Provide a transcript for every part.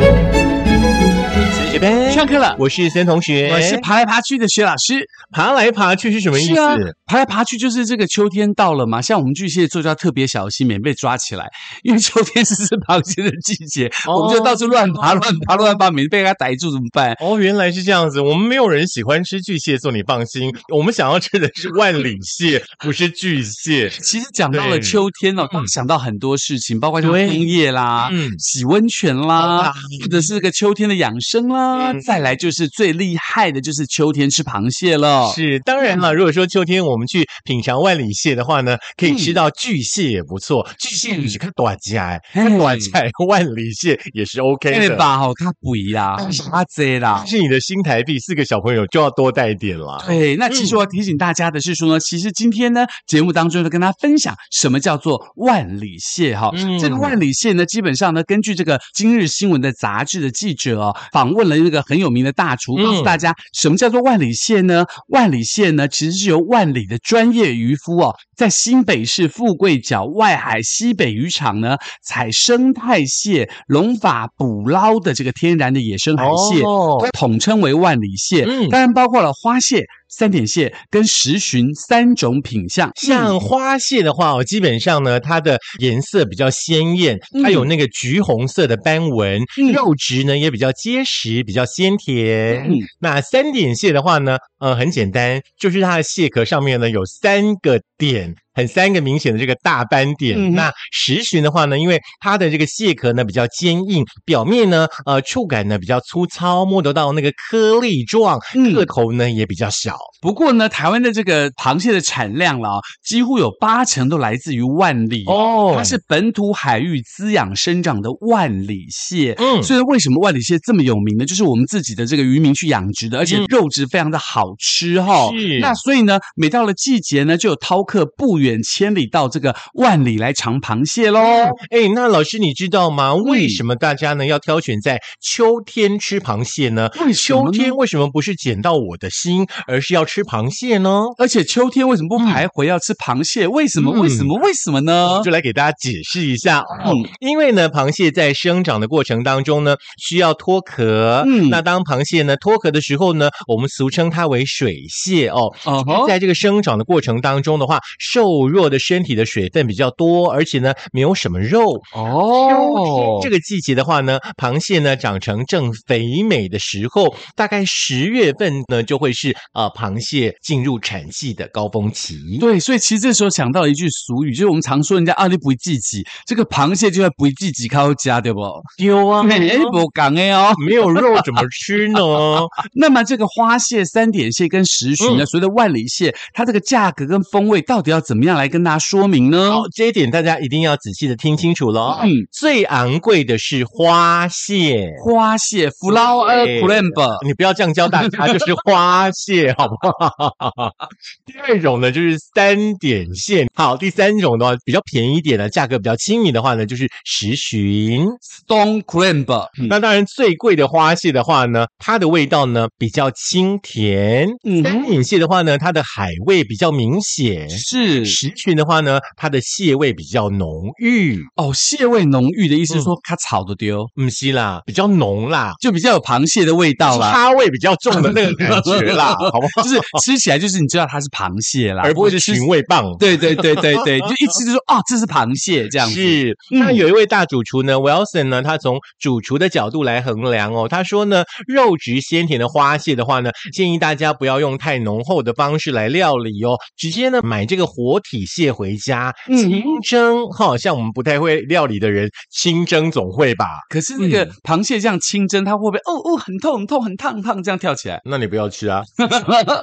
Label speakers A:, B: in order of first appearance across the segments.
A: 三学班
B: 上课了，
A: 我是森同学，
B: 我是爬来爬去的薛老师。
A: 爬来爬去哎是什么意
B: 是啊
A: 思？，
B: 爬来爬去就是这个秋天到了嘛。像我们巨蟹座就要特别小心，免被抓起来，因为秋天是吃螃蟹的季节，
A: 哦
B: 我们就到处乱爬、乱爬、乱爬，免被它逮住怎么办？
A: 哦，原来是这样子。我们没有人喜欢吃巨蟹座，你放心。 我们想要吃的是万里蟹， 不是巨蟹。
B: 其实讲到了
A: 对嗯
B: 秋天哦，刚想到很多事情，包括像
A: 对
B: 枫叶啦、
A: 嗯啊
B: 洗温泉
A: 好
B: 啦
A: 吧，
B: 或者是个秋天的养生啦，
A: 嗯
B: 再来就是最厉害的就是秋天吃螃蟹了。
A: 是，当然了。如果说秋天我们去品尝万里蟹的话呢，可以吃到巨蟹也不错。巨蟹你是看短夹，看短夹， 万里蟹也是 OK
B: 对
A: 的。
B: 吧？吼，它不一啦，它贼啦
A: 但。是你的新台币，四个小朋友就要多带一点啦。
B: 对，那其实
A: 嗯
B: 我要提醒大家的是说呢，其实今天呢节目当中就跟大家分享什么叫做万里蟹哈、
A: 嗯
B: 这个万里蟹呢，基本上呢，根据这个《今日新闻》的杂志的记者、哦、访问了那个很有名的大厨，
A: 嗯
B: 告诉大家什么叫做万里蟹呢？万里蟹呢，其实是由万里的专业渔夫哦，在新北市富贵角外海西北渔场呢，采生态蟹、龙法捕捞的这个天然的野生海蟹。
A: 哦
B: 统称为万里蟹，
A: 嗯
B: 当然包括了花蟹、三点蟹跟石鲟三种品相。嗯
A: 像花蟹的话哦，基本上呢，它的颜色比较鲜艳，
B: 嗯
A: 它有那个橘红色的斑纹，
B: 嗯
A: 肉质呢也比较结实，比较鲜甜。
B: 嗯
A: 那三点蟹的话呢，呃，很简单，就是它的蟹壳上面呢有三个点。很三个明显的这个大斑点。
B: 嗯哼
A: 那石鲟的话呢，因为它的这个蟹壳呢比较坚硬，表面呢呃触感呢比较粗糙，摸得到那个颗粒状，
B: 嗯
A: 个头呢也比较小。
B: 不过呢，台湾的这个螃蟹的产量了、啊，几乎有八成都来自于万里。
A: 哦
B: 它是本土海域滋养生长的万里蟹，
A: 嗯
B: 所以为什么万里蟹这么有名呢？就是我们自己的这个渔民去养殖的，而且
A: 嗯
B: 肉质非常的好吃哈、
A: 是
B: 那所以呢，每到了季节呢，就有饕客不远千里到这个万里来尝螃蟹喽。
A: 哦，哎，那老师你知道吗？为
B: 嗯
A: 什么大家呢要挑选在秋天吃螃蟹呢？
B: 为什么
A: 秋
B: 呢
A: 天为什么不是捡到我的心，而是要吃螃蟹呢？
B: 而且秋天为什么不徘徊要吃螃蟹？为什么？
A: 嗯
B: 为什么？为什么呢
A: 就？来给大家解释一下哦
B: 嗯，
A: 因为呢，螃蟹在生长的过程当中呢，需要脱壳。
B: 嗯
A: 那当螃蟹呢脱壳的时候呢，我们俗称它为水蟹哦。
B: 哦吼
A: 在这个生长的过程当中的话，瘦弱的身体的水分比较多，而且呢没有什么肉，秋天这
B: 个
A: 个季节的话呢，螃蟹呢长成正肥美的时候，大概十月份呢就会是呃螃蟹进入产季的高峰期。
B: 对，所以其实这时候想到一句俗语，就是我们常说人家啊，你不记己，这个螃蟹就要不记己靠家，对不？
A: 丢啊
B: 哎，不讲的哦。
A: 没有肉怎么吃 呢？哦
B: 那么这个花蟹、三点蟹跟石鲟呢，所谓的万里
A: 嗯
B: 蟹，它这个价格跟风味到底要怎么样来跟大家说明呢？
A: 好，这一点大家一定要仔细的听清楚喽。
B: 嗯
A: 最昂贵的是花蟹。
B: 花蟹 （flower
A: 对
B: clamber）。
A: 你不要这样教大 家，就是花蟹，好不好？第二种呢，就是三点蟹。好，第三种的话比较便宜一点的，价格比较亲民的话呢，就是石鲟。
B: Stone clamber，
A: 那当然，最贵的花蟹的话呢，它的味道呢比较清甜；
B: 嗯
A: 三
B: 哼
A: 眼蟹的话呢，它的海味比较明显；
B: 是
A: 石鲟的话呢，它的蟹味比较浓郁。
B: 哦，蟹味浓郁的意思是说它炒的丢，
A: 嗯，是啦，比较浓啦，
B: 就比较有螃蟹的味道啦。
A: 咖味比较重的那个感觉 啦，好不好？
B: 就是吃起来就是你知道它是螃蟹啦，
A: 而不会是
B: 吃
A: 寻味棒。
B: 对对对对 对，就一吃就说啊，这是螃蟹这样子。
A: 是，
B: 嗯
A: 那有一位大主厨呢，Wilson 呢，他从主厨的角度来衡量哦，他说呢，肉质鲜甜的花蟹的话呢，建议大家不要用太浓厚的方式来料理哦，直接呢买这个活体蟹回家
B: 嗯
A: 清蒸，哈、像我们不太会料理的人，清蒸总会吧？
B: 可是那个
A: 嗯
B: 螃蟹这样清蒸，它会不会哦哦很痛很痛很烫烫这样跳起来？
A: 那你不要吃 啊，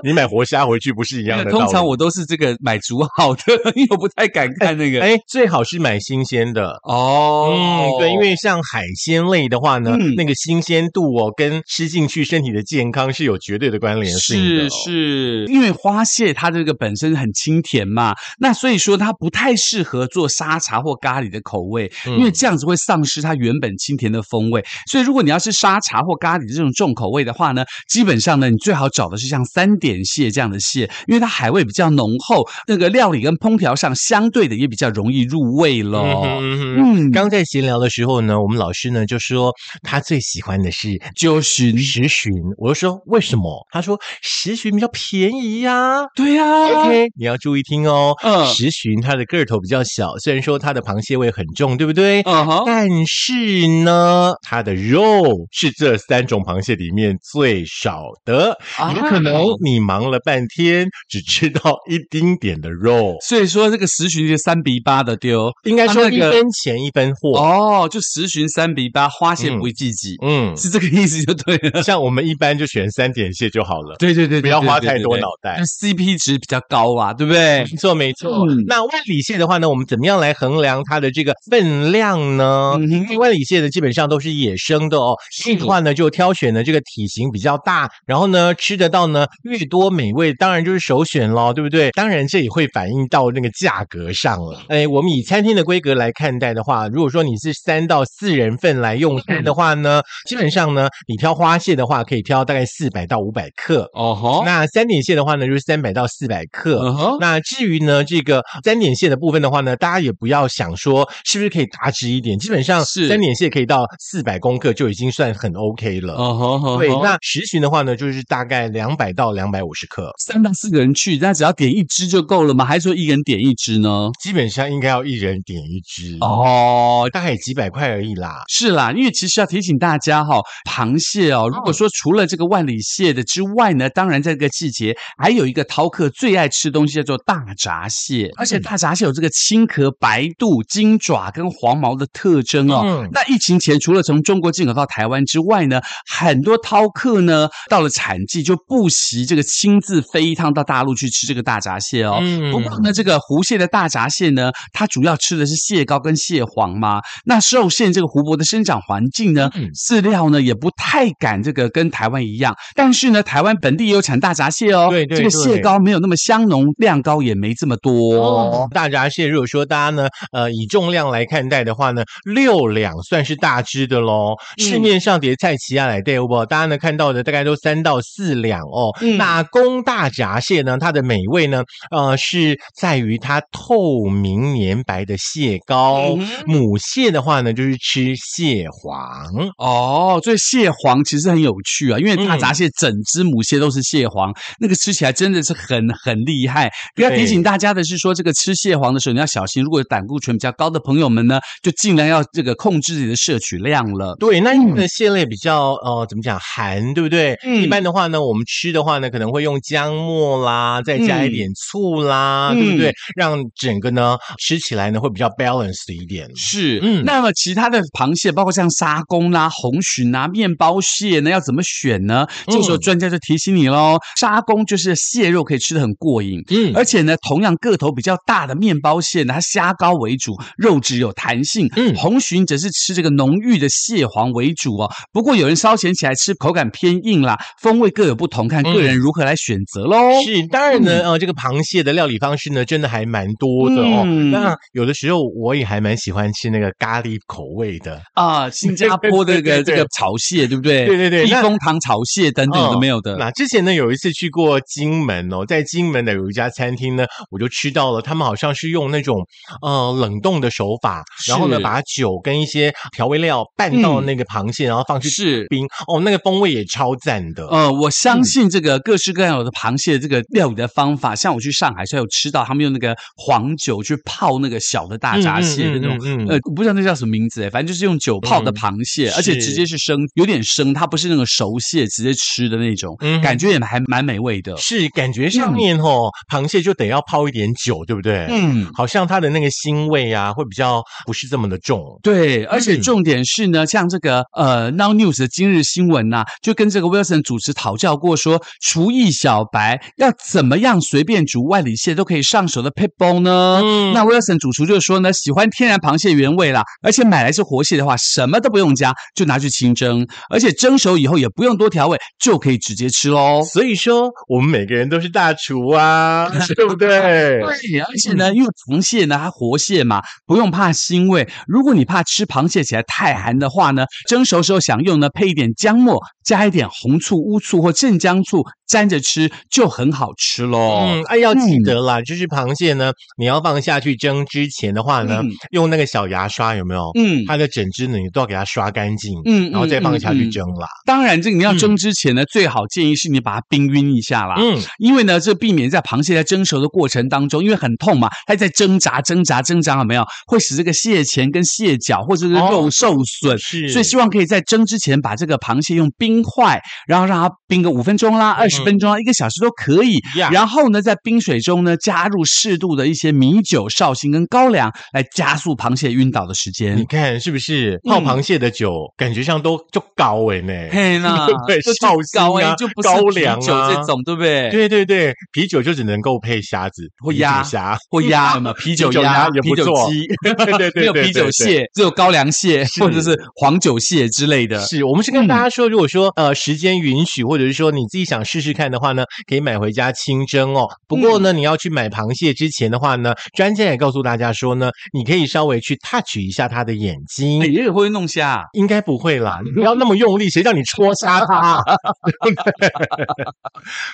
A: 你买活虾回去不是一样的道理？
B: 通常我都是这个买煮好的， 因为我不太敢看那个。
A: 哎，最好是买新鲜的。嗯
B: 哦，，
A: 对，因为像海鲜类的话呢，
B: 嗯
A: 那个新鲜度哦，跟吃进去身体的健康是有绝对的关联性的、哦
B: 是。是，因为花蟹它这个本身很清甜嘛，那所以说它不太适合做沙茶或咖喱的口味，
A: 嗯
B: 因为这样子会丧失它原本清甜的风味。所以如果你要是沙茶或咖喱这种重口味的话呢，基本上呢，你最好找的是像三点蟹这样的蟹，因为它海味比较浓厚，那个料理跟烹调上相对的也比较容易入味
A: 嗯
B: 喽。
A: 哼嗯哼
B: 嗯，
A: 刚在闲聊的时候呢，我们老师呢就说他最喜欢的是
B: 就是
A: 石鲟，我就说为什么？他说石鲟比较便宜呀、
B: 对啊呀、
A: OK，你要注意听哦。
B: 哦嗯
A: 石鲟它的个头比较小，虽然说它的螃蟹味很重，对不对？
B: 嗯哼，
A: 但是呢，它的肉是这三种螃蟹里面最少的，有可能
B: 啊
A: 你忙了半天只吃到一丁点的肉，
B: 所以说这个十旬就三比八的丢
A: 应该说
B: 啊
A: 一
B: 那个
A: 分钱一分货。
B: 哦，就十旬三比八，花钱不计己，
A: 嗯，
B: 是这个意思就对了。
A: 像我们一般就选三点蟹就好了，
B: 对对对，
A: 不要
B: 对
A: 花
B: 对
A: 太
B: 对
A: 多
B: 对
A: 脑袋
B: 就。CP 值比较高啊，对不对？
A: 没错，没错。
B: 嗯
A: 那万里蟹的话呢，我们怎么样来衡量它的这个分量呢？
B: 嗯
A: 因为万里蟹呢，基本上都是野生的哦。这的话呢，就挑选呢这个体型比较大，然后呢吃得到呢越多美味，当然就是首选咯，对不对？当然这也会反映到那个价格上了。哎，我们以餐厅的规格来看待的话，如果说你是三到四人份来用餐的话呢，基本上呢你挑花蟹的话，可以挑大概四百到五百克。
B: 哦吼，
A: 那三点蟹的话呢，就是三百到四百克。
B: 嗯哼，
A: 那至于呢，这个三点蟹的部分的话呢，大家也不要想说是不是可以大只一点，基本上
B: 是
A: 三点蟹可以到四百公克就已经算很 OK 了。
B: 哦吼，哦
A: 对，
B: 吼
A: 那十旬的话呢，就是大概两百到两百五十克，
B: 三到四个人去，那只要点一只就够了吗？还是说一人点一只呢？
A: 基本上应该要一人点一只，
B: 哦。
A: 大概也几百块而已啦。
B: 是啦，因为其实要提醒大家哈、螃蟹哦，如果说除了这个万里蟹的之外呢，当然在这个季节还有一个饕客最爱吃东西叫做大闸蟹，而且大闸蟹有这个青壳、白肚、金爪跟黄毛的特征哦。
A: 嗯
B: 那疫情前，除了从中国进口到台湾之外呢，很多饕客呢，到了产季就不惜这个亲自飞一趟到大陆去吃这个大闸蟹哦。
A: 嗯
B: 不过呢，这个湖蟹的大闸蟹呢，它主要吃的是蟹膏跟蟹黄嘛。那受限这个湖泊的生长环境呢
A: 嗯，
B: 饲料呢也不太敢这个跟台湾一样。但是呢，台湾本地也有产大闸蟹哦，
A: 对对
B: 这个
A: 对
B: 蟹膏没有那么香浓，量高也没这么多。
A: 哦，大闸蟹如果说大家呢，呃，以重量来看待的话呢，六两算是大只的喽。
B: 嗯
A: 市面上碟菜奇亚来对不？大家呢看到的大概都三到四两哦。
B: 嗯
A: 那公大闸蟹呢，它的美味呢，呃，是在于它透明绵白的蟹膏。
B: 嗯
A: 母蟹的话呢，就是吃蟹黄。
B: 哦，所以蟹黄其实很有趣啊，因为大
A: 嗯
B: 闸蟹整只母蟹都是蟹黄，那个吃起来真的是很很厉害。要
A: 对
B: 提醒大家的是说，这个吃蟹黄的时候你要小心，如果胆固醇比较高的朋友们呢，就尽量要这个控制自己的摄取量了。
A: 对，那因为蟹类比较呃，怎么讲寒，对不对？
B: 嗯
A: 一般的话呢，我们吃的话呢，可能会用姜末啦，再加一
B: 嗯
A: 点醋啦，对不
B: 嗯
A: 对？让整个呢吃起来呢会比较 balanced 一点。
B: 是，
A: 嗯
B: 那么其他的螃蟹，包括像沙公啦、红鲟啊、面包蟹呢，要怎么选呢？这时候
A: 嗯
B: 专家就提醒你喽，沙公就是蟹肉可以吃的很过瘾，
A: 嗯
B: 而且呢，同样个头比较大的面包蟹呢，它虾膏为主，肉质有弹性。
A: 嗯
B: 红鲟则是吃这个浓郁的蟹黄为主哦。不过有人烧咸起来吃，口感偏硬啦，风味各有不同，看个人如何来选择喽。
A: 嗯是，当然呢，
B: 嗯
A: 呃，这个螃蟹的料理方式呢，真的还蛮多的哦。
B: 嗯
A: 那有的时候我也还蛮喜欢吃那个咖喱口味的，
B: 啊，新加坡的
A: 对
B: 这
A: 对
B: 个
A: 对
B: 这个炒蟹，对不对？
A: 对对对
B: 避
A: 那
B: 风塘炒蟹等等有的
A: 嗯
B: 没有的。
A: 那之前呢，有一次去过金门哦，在金门的有一家餐厅呢，我就吃到了，他们好像是用那种呃冷冻的手法，然后呢
B: 是
A: 把酒跟一些调味料拌到
B: 嗯
A: 那个螃蟹，然后放去
B: 是
A: 冰哦，那个风味也超赞的。
B: 呃，我相信这个各式各样的螃蟹这个料理的方法，像我去上海时候有吃到他们用那个黄酒去泡那个小的大闸蟹
A: 嗯嗯
B: 那
A: 嗯
B: 种，
A: 嗯嗯
B: 呃，我不知道那叫什么名字哎，反正就是用酒泡的
A: 嗯
B: 螃蟹，而且
A: 是
B: 直接是生，有点生，它不是那种熟蟹直接吃的那种，
A: 嗯
B: 感觉也还蛮美味的。
A: 是感觉上面哦，螃蟹就得要泡一点酒，对不对？
B: 嗯。
A: 好像它的那个腥味啊，会比较不是这么的重。
B: 对，而且
A: 嗯
B: 重点是呢，像这个呃，Now News 的今日新闻呐、就跟这个 Wilson 主持讨教过说，厨艺小白要怎么样随便煮万里蟹都可以上手的 p i t b o l 呢？
A: 嗯
B: 那 Wilson 主厨就说呢，喜欢天然螃蟹原味啦，而且买来是活蟹的话，什么都不用加，就拿去清蒸，而且蒸熟以后也不用多调味，就可以直接吃喽。
A: 所以说，我们每个人都是大厨啊，对不对？对，
B: 对，而且呢，因为螃蟹呢，它活蟹嘛，不用怕腥味。如果你怕吃螃蟹起来太寒的话呢，蒸熟时候享用呢，配一点姜末，加一点红醋、乌醋或镇江醋，沾着吃就很好吃喽。
A: 嗯，哎，要记得啦，就是螃蟹呢，你要放下去蒸之前的话呢，
B: 嗯
A: 用那个小牙刷有没有？
B: 嗯
A: 它的整只呢，你都要给它刷干净，
B: 嗯
A: 然后再放下去。
B: 嗯嗯嗯
A: 蒸啦。
B: 当然，这个你要蒸之前呢，最好建议是你把它冰晕一下啦。
A: 嗯，
B: 因为呢，这避免在螃蟹在蒸熟的过程当中，因为很痛嘛，它在挣扎、挣扎、挣扎，有没有？会使这个蟹钳跟蟹脚或者是
A: 哦
B: 肉受损。
A: 是，
B: 所以希望可以在蒸之前把这个螃蟹用冰块，然后让它冰个五分钟啦、
A: 嗯
B: 二十分钟啦、一个小时都可以。
A: 呀
B: 然后呢，在冰水中呢加入适度的一些米酒、绍兴跟高粱，来加速螃蟹晕倒的时间
A: 你。看是不是泡
B: 嗯
A: 螃蟹的酒，感觉上都就高哎呢？
B: 嘿呐，
A: 对
B: 就
A: 绍
B: 是高
A: 兴啊
B: 哎，就不是
A: 高
B: 啤
A: 粱
B: 酒
A: 啊
B: 这种，对不对？
A: 对对对，啤酒就只能够配虾子
B: 或
A: 啤酒
B: 鸭
A: 虾，
B: 或鸭有没有？啤酒
A: 酒鸭
B: 鸭
A: 也
B: 啤
A: 不
B: 酒
A: 错
B: 鸡，
A: 对对对
B: 没有
A: 对
B: 啤
A: 对
B: 酒
A: 对
B: 蟹，只有高粱蟹
A: 是
B: 或者是黄酒蟹之类的。嗯
A: 是我们是跟大家说，如果说呃时间允许，或者是说你自己想试试看的话呢，可以买回家清蒸哦。不过
B: 嗯
A: 呢，你要去买螃蟹之前的话呢，专家也告诉大家说呢，你可以稍微去 touch 一下它的眼睛。
B: 哎，也会弄虾。
A: 应该不会啦，你不要那么用力，谁叫你戳瞎它、 啊？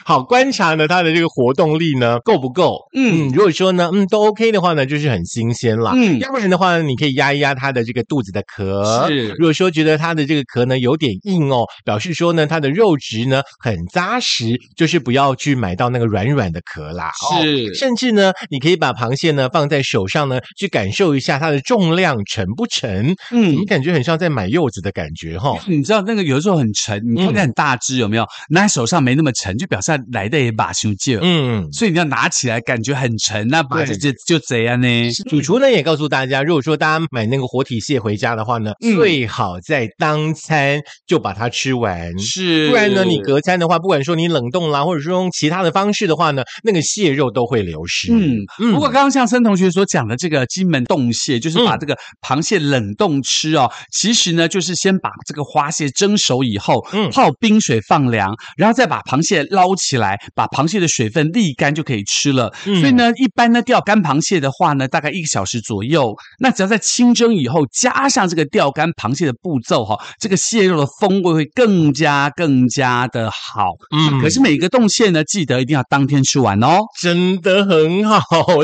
A: 好，观察呢，它的这个活动力呢够不够？
B: 嗯
A: 嗯，如果说呢，嗯，都 OK 的话呢，就是很新鲜啦。
B: 嗯
A: 要不然的话呢，你可以压一压它的这个肚子的壳。
B: 是
A: 如果说觉得它的这个壳呢有点硬哦，表示说呢它的肉质呢很扎实，就是不要去买到那个软软的壳啦。哦
B: 是
A: 甚至呢，你可以把螃蟹呢放在手上呢，去感受一下它的重量沉不沉。
B: 嗯
A: 怎么感觉很像在买柚子的感觉哈、
B: 你知道那个有的时候很沉，你看起
A: 嗯
B: 来很大只，有没有？拿在手上没那么沉，就表示它来的也把胸劲。
A: 嗯。
B: 所以你要拿起来感觉很沉，那把
A: 对
B: 就就就这样呢。
A: 主厨呢也告诉大家，如果说大家买那个活体蟹回家的话呢，
B: 嗯
A: 最好在当餐就把它吃完。
B: 是
A: 不然呢，你隔餐的话，不管说你冷冻啦，或者说用其他的方式的话呢，那个蟹肉都会流失。
B: 嗯，
A: 嗯
B: 不过刚刚像森同学所讲的这个金门冻蟹，就是把
A: 嗯
B: 这个螃蟹冷冻吃哦。其实呢，就是先把这个花蟹蒸熟以后，
A: 嗯
B: 泡冰水放凉，然后再把螃蟹捞起来，把螃蟹的水分沥干就可以吃了。
A: 嗯
B: 所以呢，一般呢钓干螃蟹的话呢，大概一个小时左右。那只要在清蒸以后加上这个钓干螃蟹的步骤哈、这个蟹肉的风味会更加更加的好。
A: 嗯
B: 可是每个冻蟹呢，记得一定要当天吃完哦。
A: 真的很好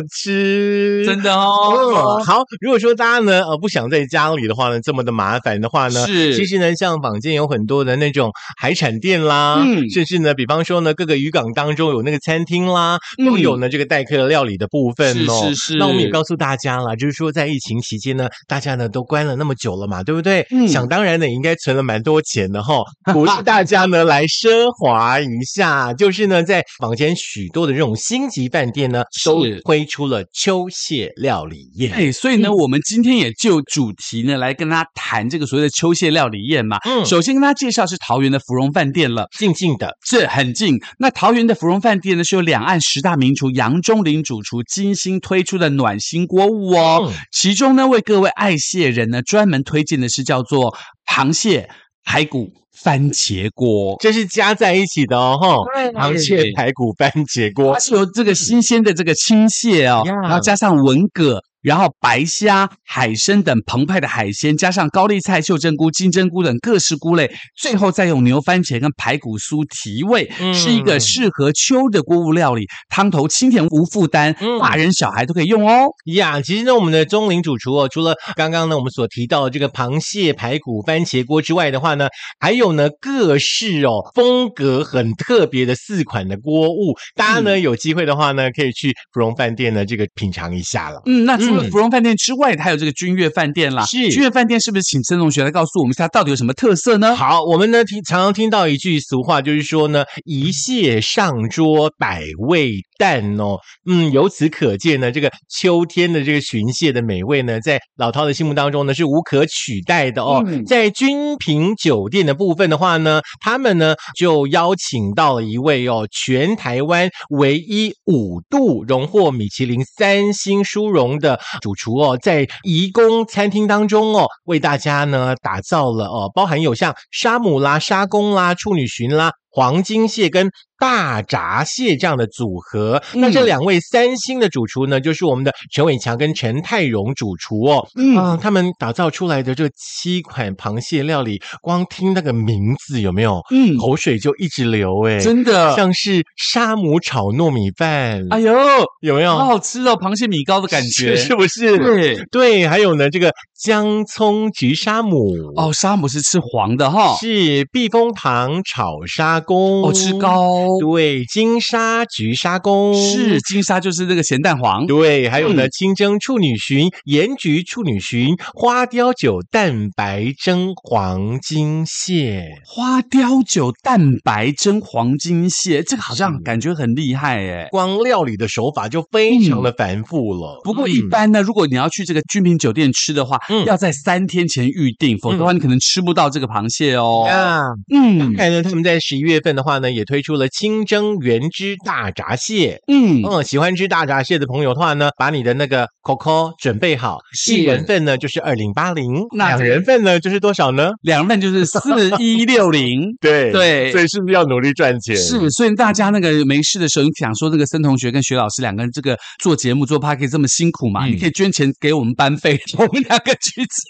A: 吃，
B: 真的
A: 哦
B: 哦，，
A: 好，如果说大家呢，呃，不想在家里的话呢，这么的麻烦的话呢，
B: 是
A: 其实呢，像坊间有很多的那种海产店啦，
B: 嗯
A: 甚至呢，比方说呢，各个渔港当中有那个餐厅啦，
B: 嗯
A: 都有呢这个待客料理的部分哦。
B: 是是是
A: 那我们也告诉大家啦，就是说在疫情期间呢，大家呢都关了那么久了嘛，对不对？
B: 嗯
A: 想当然呢，也应该存了蛮多钱的哈，鼓 励大家呢来奢华一下，就是呢，在坊间许多的这种星级饭店呢，都
B: 是
A: 推出了秋蟹料理宴。
B: 哎，所以呢，我们今天也就主题呢来跟大家谈这个所谓的秋蟹料理宴嘛。
A: 嗯，
B: 首先跟大家介绍是桃园的芙蓉饭店了，
A: 静静的，
B: 这很近。那桃园的芙蓉饭店呢，是由两岸十大名厨杨忠林主厨精心推出的暖心锅物哦。
A: 嗯
B: 其中呢，为各位爱蟹人呢，专门推荐的是叫做螃蟹排骨番茄锅。
A: 这是加在一起的哦，哈，螃蟹排骨番茄锅
B: 它，是由这个新鲜的这个青蟹哦，
A: 呀
B: 然后加上文蛤，然后白虾、海参等澎湃的海鲜，加上高丽菜、袖珍菇、金针菇等各式菇类，最后再用牛番茄跟排骨酥提味，
A: 嗯
B: 是一个适合秋的锅物料理。汤头清甜无负担，
A: 嗯
B: 大人小孩都可以用哦。
A: 呀，其实呢，我们的钟林主厨哦，除了刚刚呢我们所提到的这个螃蟹排骨番茄锅之外的话呢，还有呢各式哦风格很特别的四款的锅物，大家呢、有机会的话呢，可以去芙蓉饭店呢这个品尝一下了。
B: 嗯，那除了
A: 嗯
B: 芙蓉饭店之外，还有这个君悦饭店啦。
A: 是
B: 君悦饭店是不是请曾同学来告诉我们一下，它到底有什么特色呢？
A: 好，我们呢听常常听到一句俗话，就是说呢，一蟹上桌百味淡哦。嗯，由此可见呢，这个秋天的这个寻蟹的美味呢，在老饕的心目当中呢是无可取代的哦。
B: 嗯
A: 在君品酒店的部分的话呢，他们呢就邀请到了一位哦，全台湾唯一五度荣获米其林三星殊荣的主厨哦，在怡宫餐厅当中哦，为大家呢打造了哦，包含有像沙姆啦、沙公啦、处女鲟啦。黄金蟹跟大闸蟹这样的组合。那这两位三星的主厨呢，就是我们的陈伟强跟陈泰荣主厨哦。
B: 嗯，
A: 啊，他们打造出来的这七款螃蟹料理，光听那个名字有没有，
B: 嗯
A: 口水就一直流哎、
B: 真的，
A: 像是沙姆炒糯米饭，
B: 哎呦，
A: 有没有？
B: 好好吃哦，螃蟹米糕的感觉，
A: 是是不是？
B: 对，
A: 对，还有呢，这个姜葱焗沙姆，
B: 哦，沙姆是吃黄的哈，
A: 是避风塘炒沙公，
B: 哦，吃，高，
A: 对，金沙焗沙公
B: 是。金沙就是那个咸蛋黄，
A: 对，还有呢，
B: 嗯
A: 清蒸处女鲟、盐焗处女鲟、花雕酒蛋白蒸黄金蟹，
B: 花雕酒蛋白蒸黄金蟹，这个好像感觉很厉害耶。
A: 光料理的手法就非常的繁复了。
B: 不过一
A: 嗯
B: 般呢，如果你要去这个君品酒店吃的话，
A: 嗯
B: 要在三天前预定，否则的话你可能吃不到这个螃蟹哦。
A: 啊，
B: 嗯
A: 看呢，他们在十一月份的话呢，也推出了清蒸原汁大闸蟹。
B: 嗯，
A: 嗯，喜欢吃大闸蟹的朋友的话呢，把你的那个 COCO 准备好，
B: 是
A: 一人份呢就是二零八零，
B: 那
A: 两人份呢就是多少呢？
B: 两份就是四一六零。
A: 对
B: 对
A: 所以是不是要努力赚钱？
B: 是，所以大家那个没事的时候，你想说那个森同学跟学老师两个人这个做节目做 p a r k 这么辛苦嘛，
A: 嗯
B: 你可以捐钱给我们班费， 我们两个去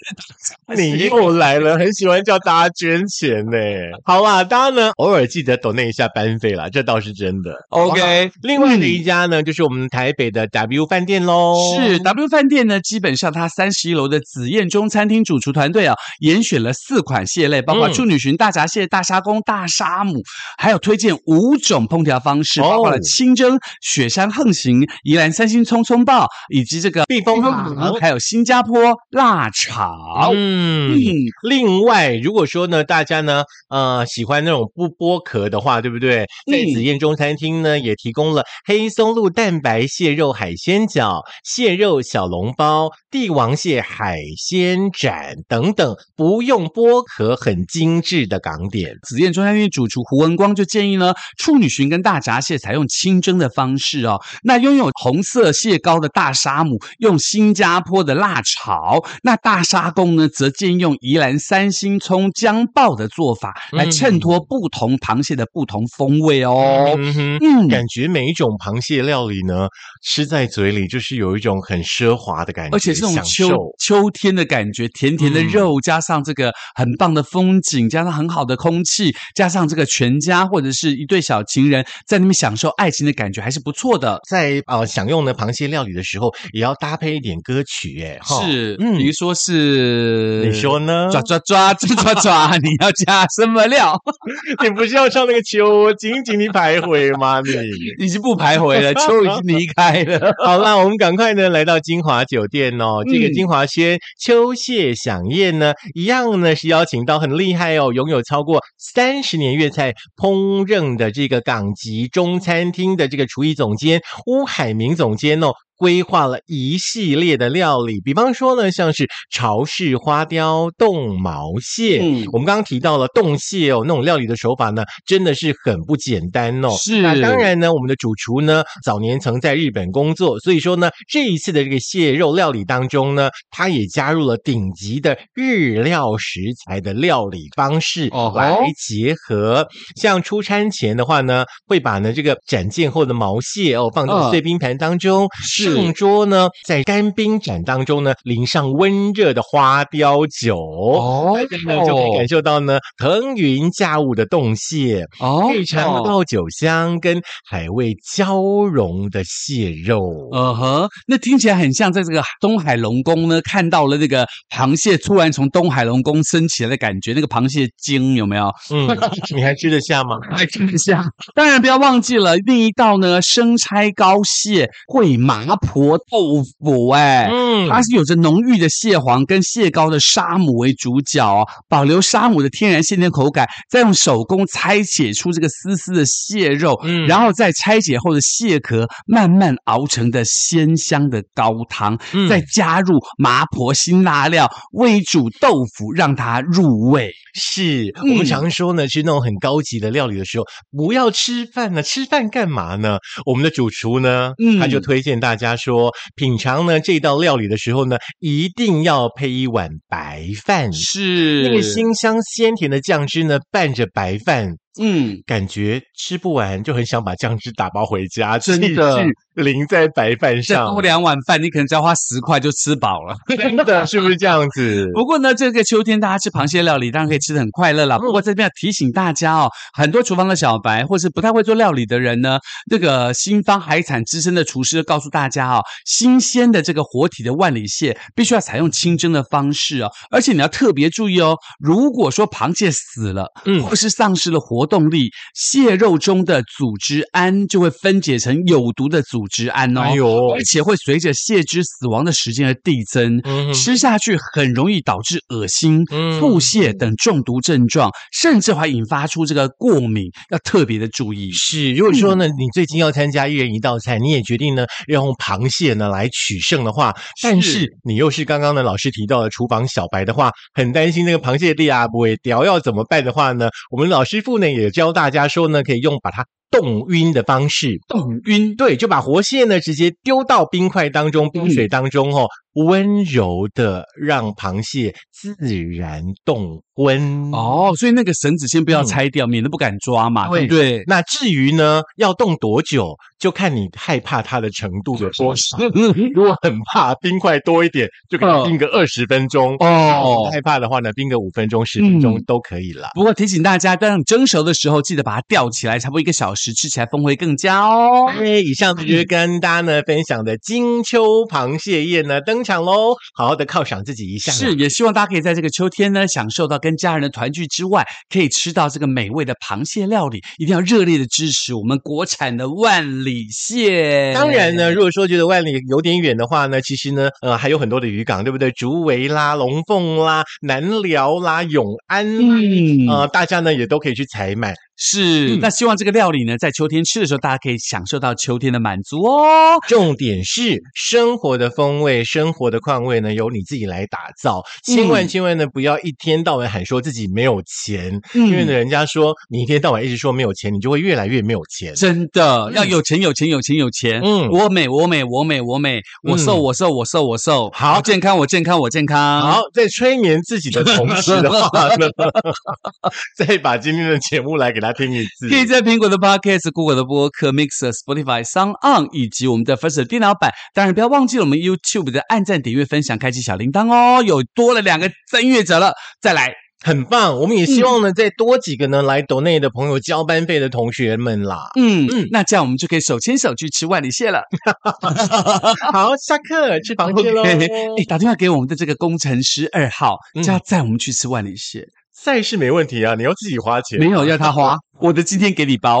B: 吃大闸蟹。
A: 你又来了，很喜欢叫大家捐钱呢。 好啦，大家呢偶尔记得抖那一下班费啦，这倒是真的。
B: OK，
A: 另外的
B: 嗯
A: 一家呢，就是我们台北的 W 饭店喽。
B: 是 W 饭店呢，基本上它三十一楼的紫燕中餐厅主厨团队啊，严选了四款蟹类，包括
A: 嗯
B: 处女鲟、大闸蟹、大沙公、大沙姆，还有推荐五种烹调方式，
A: 哦
B: 包括了清蒸、雪山横行、宜兰三星葱葱爆，以及这个
A: 避风塘
B: 还有新加坡腊肠。
A: 嗯另外，如果说呢，大家呢，呃，喜欢那种不剥壳的话，对不对？在
B: 嗯
A: 紫燕中餐厅呢，也提供了黑松露蛋白蟹肉海鲜饺、蟹肉小笼包、帝王蟹海鲜展等等，不用剥壳，很精致的港点。
B: 紫燕中餐厅主厨胡文光就建议呢，处女鲟跟大闸蟹采用清蒸的方式哦。那拥有红色蟹膏的大沙姆用新加坡的辣炒，那大沙公呢则建议用宜兰三星葱姜爆的做法来
A: 嗯
B: 衬托不同螃蟹的不同风味哦。
A: 嗯哼。
B: 嗯，
A: 感觉每一种螃蟹料理呢，吃在嘴里就是有一种很奢华的感觉，
B: 而且这种
A: 享
B: 秋
A: 受
B: 秋天的感觉，甜甜的
A: 嗯
B: 肉、加上这个很棒的风景，加上很好的空气，加上这个全家或者是一对小情人在那边享受爱情的感觉，还是不错的。
A: 在呃享用呢螃蟹料理的时候，也要搭配一点歌曲，哎，哈
B: 是，
A: 嗯
B: 比如说是
A: 你说呢？
B: 抓抓抓 抓抓抓，你要加什么料？
A: 你不是要上那个球，紧紧的徘徊吗？你
B: 已经不徘徊了，秋已经离开了。
A: 好啦，我们赶快呢来到金华酒店哦。这个
B: 嗯
A: 金华轩秋蟹飨宴呢，一样呢是邀请到很厉害哦，拥有超过三十年粤菜烹饪的这个港籍中餐厅的这个厨艺总监乌海明总监哦。规划了一系列的料理，比方说呢，像是潮式花雕冻毛蟹，
B: 嗯
A: 我们刚刚提到了冻蟹哦，那种料理的手法呢，真的是很不简单 哦。
B: 是
A: 那当然呢，我们的主厨呢，早年曾在日本工作，所以说呢，这一次的这个蟹肉料理当中呢，他也加入了顶级的日料食材的料理方式
B: 哦吼
A: 来结合。像出餐前的话呢，会把呢这个斩件后的毛蟹哦放
B: 嗯
A: 到碎冰盘当中，
B: 是
A: 上桌呢，在干冰盏当中呢，淋上温热的花雕酒
B: 哦
A: 大家呢就可以感受到呢腾云驾雾的洞蟹，
B: 哦
A: 可以尝得到酒香跟海味交融的蟹肉。
B: 呃呵，那听起来很像在这个东海龙宫呢，看到了那个螃蟹突然从东海龙宫升起来的感觉，那个螃蟹精有没有？
A: 嗯， 你还吃得下吗？
B: 来看一下。当然不要忘记了另一道呢，生拆膏蟹烩麻婆豆腐、哎、
A: 嗯
B: 它是有着浓郁的蟹黄跟蟹膏的沙姆为主角哦，保留沙姆的天然鲜甜口感，再用手工拆解出这个丝丝的蟹肉，
A: 嗯
B: 然后再拆解后的蟹壳慢慢熬成的鲜香的高汤，
A: 嗯
B: 再加入麻婆辛辣料煨煮豆腐，让它入味。
A: 是我们
B: 嗯
A: 常说呢，吃那种很高级的料理的时候，不要吃饭呢，吃饭干嘛呢？我们的主厨呢，
B: 嗯
A: 他就推荐大家说，品尝呢这道料理的时候呢，一定要配一碗白饭。
B: 是
A: 那个辛香鲜甜的酱汁呢，拌着白饭，
B: 嗯，
A: 感觉吃不完就很想把酱汁打包回家，
B: 真的
A: 继续淋在白饭
B: 再
A: 上
B: 多，两碗饭，你可能只要花十块就吃饱了。
A: 真的是不是这样子？
B: 不过呢，这个秋天大家吃螃蟹料理，当然可以吃的很快乐
A: 嗯
B: 啦。不过在这边要提醒大家哦，很多厨房的小白或是不太会做料理的人呢，这个新方海产资深的厨师告诉大家哦，新鲜的这个活体的万里蟹必须要采用清蒸的方式哦，而且你要特别注意哦，如果说螃蟹死了，
A: 嗯
B: 或是丧失了活动力，蟹肉中的组织胺就会分解成有毒的组织胺哦，
A: 哎呦
B: 而且会随着蟹只死亡的时间而递增。
A: 嗯哼
B: 吃下去很容易导致恶心、
A: 嗯
B: 腹泻等中毒症状，甚至还引发出这个过敏，要特别的注意。
A: 是，如果
B: 嗯
A: 说呢，你最近要参加一人一道菜，你也决定呢要用螃蟹呢来取胜的话，但
B: 是
A: 是你又是刚刚呢老师提到的厨房小白的话，很担心那个螃蟹粒啊不会掉，要怎么办的话呢？我们老师傅呢也教大家说呢，可以用把它冻晕的方式。
B: 冻晕，
A: 对，就把活蟹呢直接丢到冰块当中、冰水当
B: 嗯
A: 中哦，温柔的让螃蟹自然冻昏。
B: 哦，所以那个绳子先不要
A: 嗯
B: 拆掉，免得不敢抓嘛，对
A: 对
B: 不对？
A: 那至于呢，要冻多久，就看你害怕它的程度有多少。
B: 哦
A: 如果很怕冰块多一点，就给它
B: 嗯
A: 冰个二十分钟。
B: 哦
A: 很害怕的话呢，冰个五分钟、十分钟
B: 嗯
A: 都可以啦。
B: 不过提醒大家，当你蒸熟的时候，记得把它吊起来，差不多一个小时，吃起来风味更佳哦。
A: 哎，以上呢就是跟大家呢分享的金秋螃蟹宴呢登场喽，好好的犒赏自己一下啦。
B: 是，也希望大家可以在这个秋天呢，享受到跟家人的团聚之外，可以吃到这个美味的螃蟹料理。一定要热烈的支持我们国产的万里蟹。
A: 当然
B: 嗯
A: 呢，如果说觉得万里有点远的话呢，其实呢，呃，还有很多的渔港，对不对？竹围啦、龙凤啦、南寮啦、永安啦，
B: 嗯
A: 呃，大家呢也都可以去采买。
B: 是，
A: 嗯
B: 那希望这个料理呢，在秋天吃的时候，大家可以享受到秋天的满足哦。
A: 重点是生活的风味、生活的况味呢，由你自己来打造。千万
B: 嗯
A: 千万呢，不要一天到晚喊说自己没有钱，因为呢，
B: 嗯
A: 人家说你一天到晚一直说没有钱，你就会越来越没有钱。
B: 真的
A: 嗯
B: 要有钱，有钱，有钱，有钱。
A: 嗯
B: 我美，我美，我美，我美，我瘦，
A: 嗯
B: 我瘦，我瘦，我瘦。
A: 好
B: 我健康，我健康，我健康。，
A: 好，在催眠自己的同时的话 呢， 再把今天的节目来给他听一次。
B: 可以在苹果的 Podcast、Google 的播客、Mixer、Spotify、Sound On 以及我们的 First 电脑版，当然不要忘记了我们 YouTube 的按赞、订阅、分享、开启小铃铛哦。有多了两个登月者了，再来。
A: 很棒，我们也希望呢，再多几个呢来抖内的朋友交班费的同学们啦。
B: 嗯
A: 嗯
B: 那这样我们就可以手牵手去吃万里蟹了。
A: 好，下课吃螃蟹喽。
B: OK，哎， 打电话给我们的这个工程师二号，
A: 嗯
B: 叫他载我们去吃万里蟹，
A: 赛事没问题啊，你要自己花钱。
B: 没有要他花，我的今天给你包。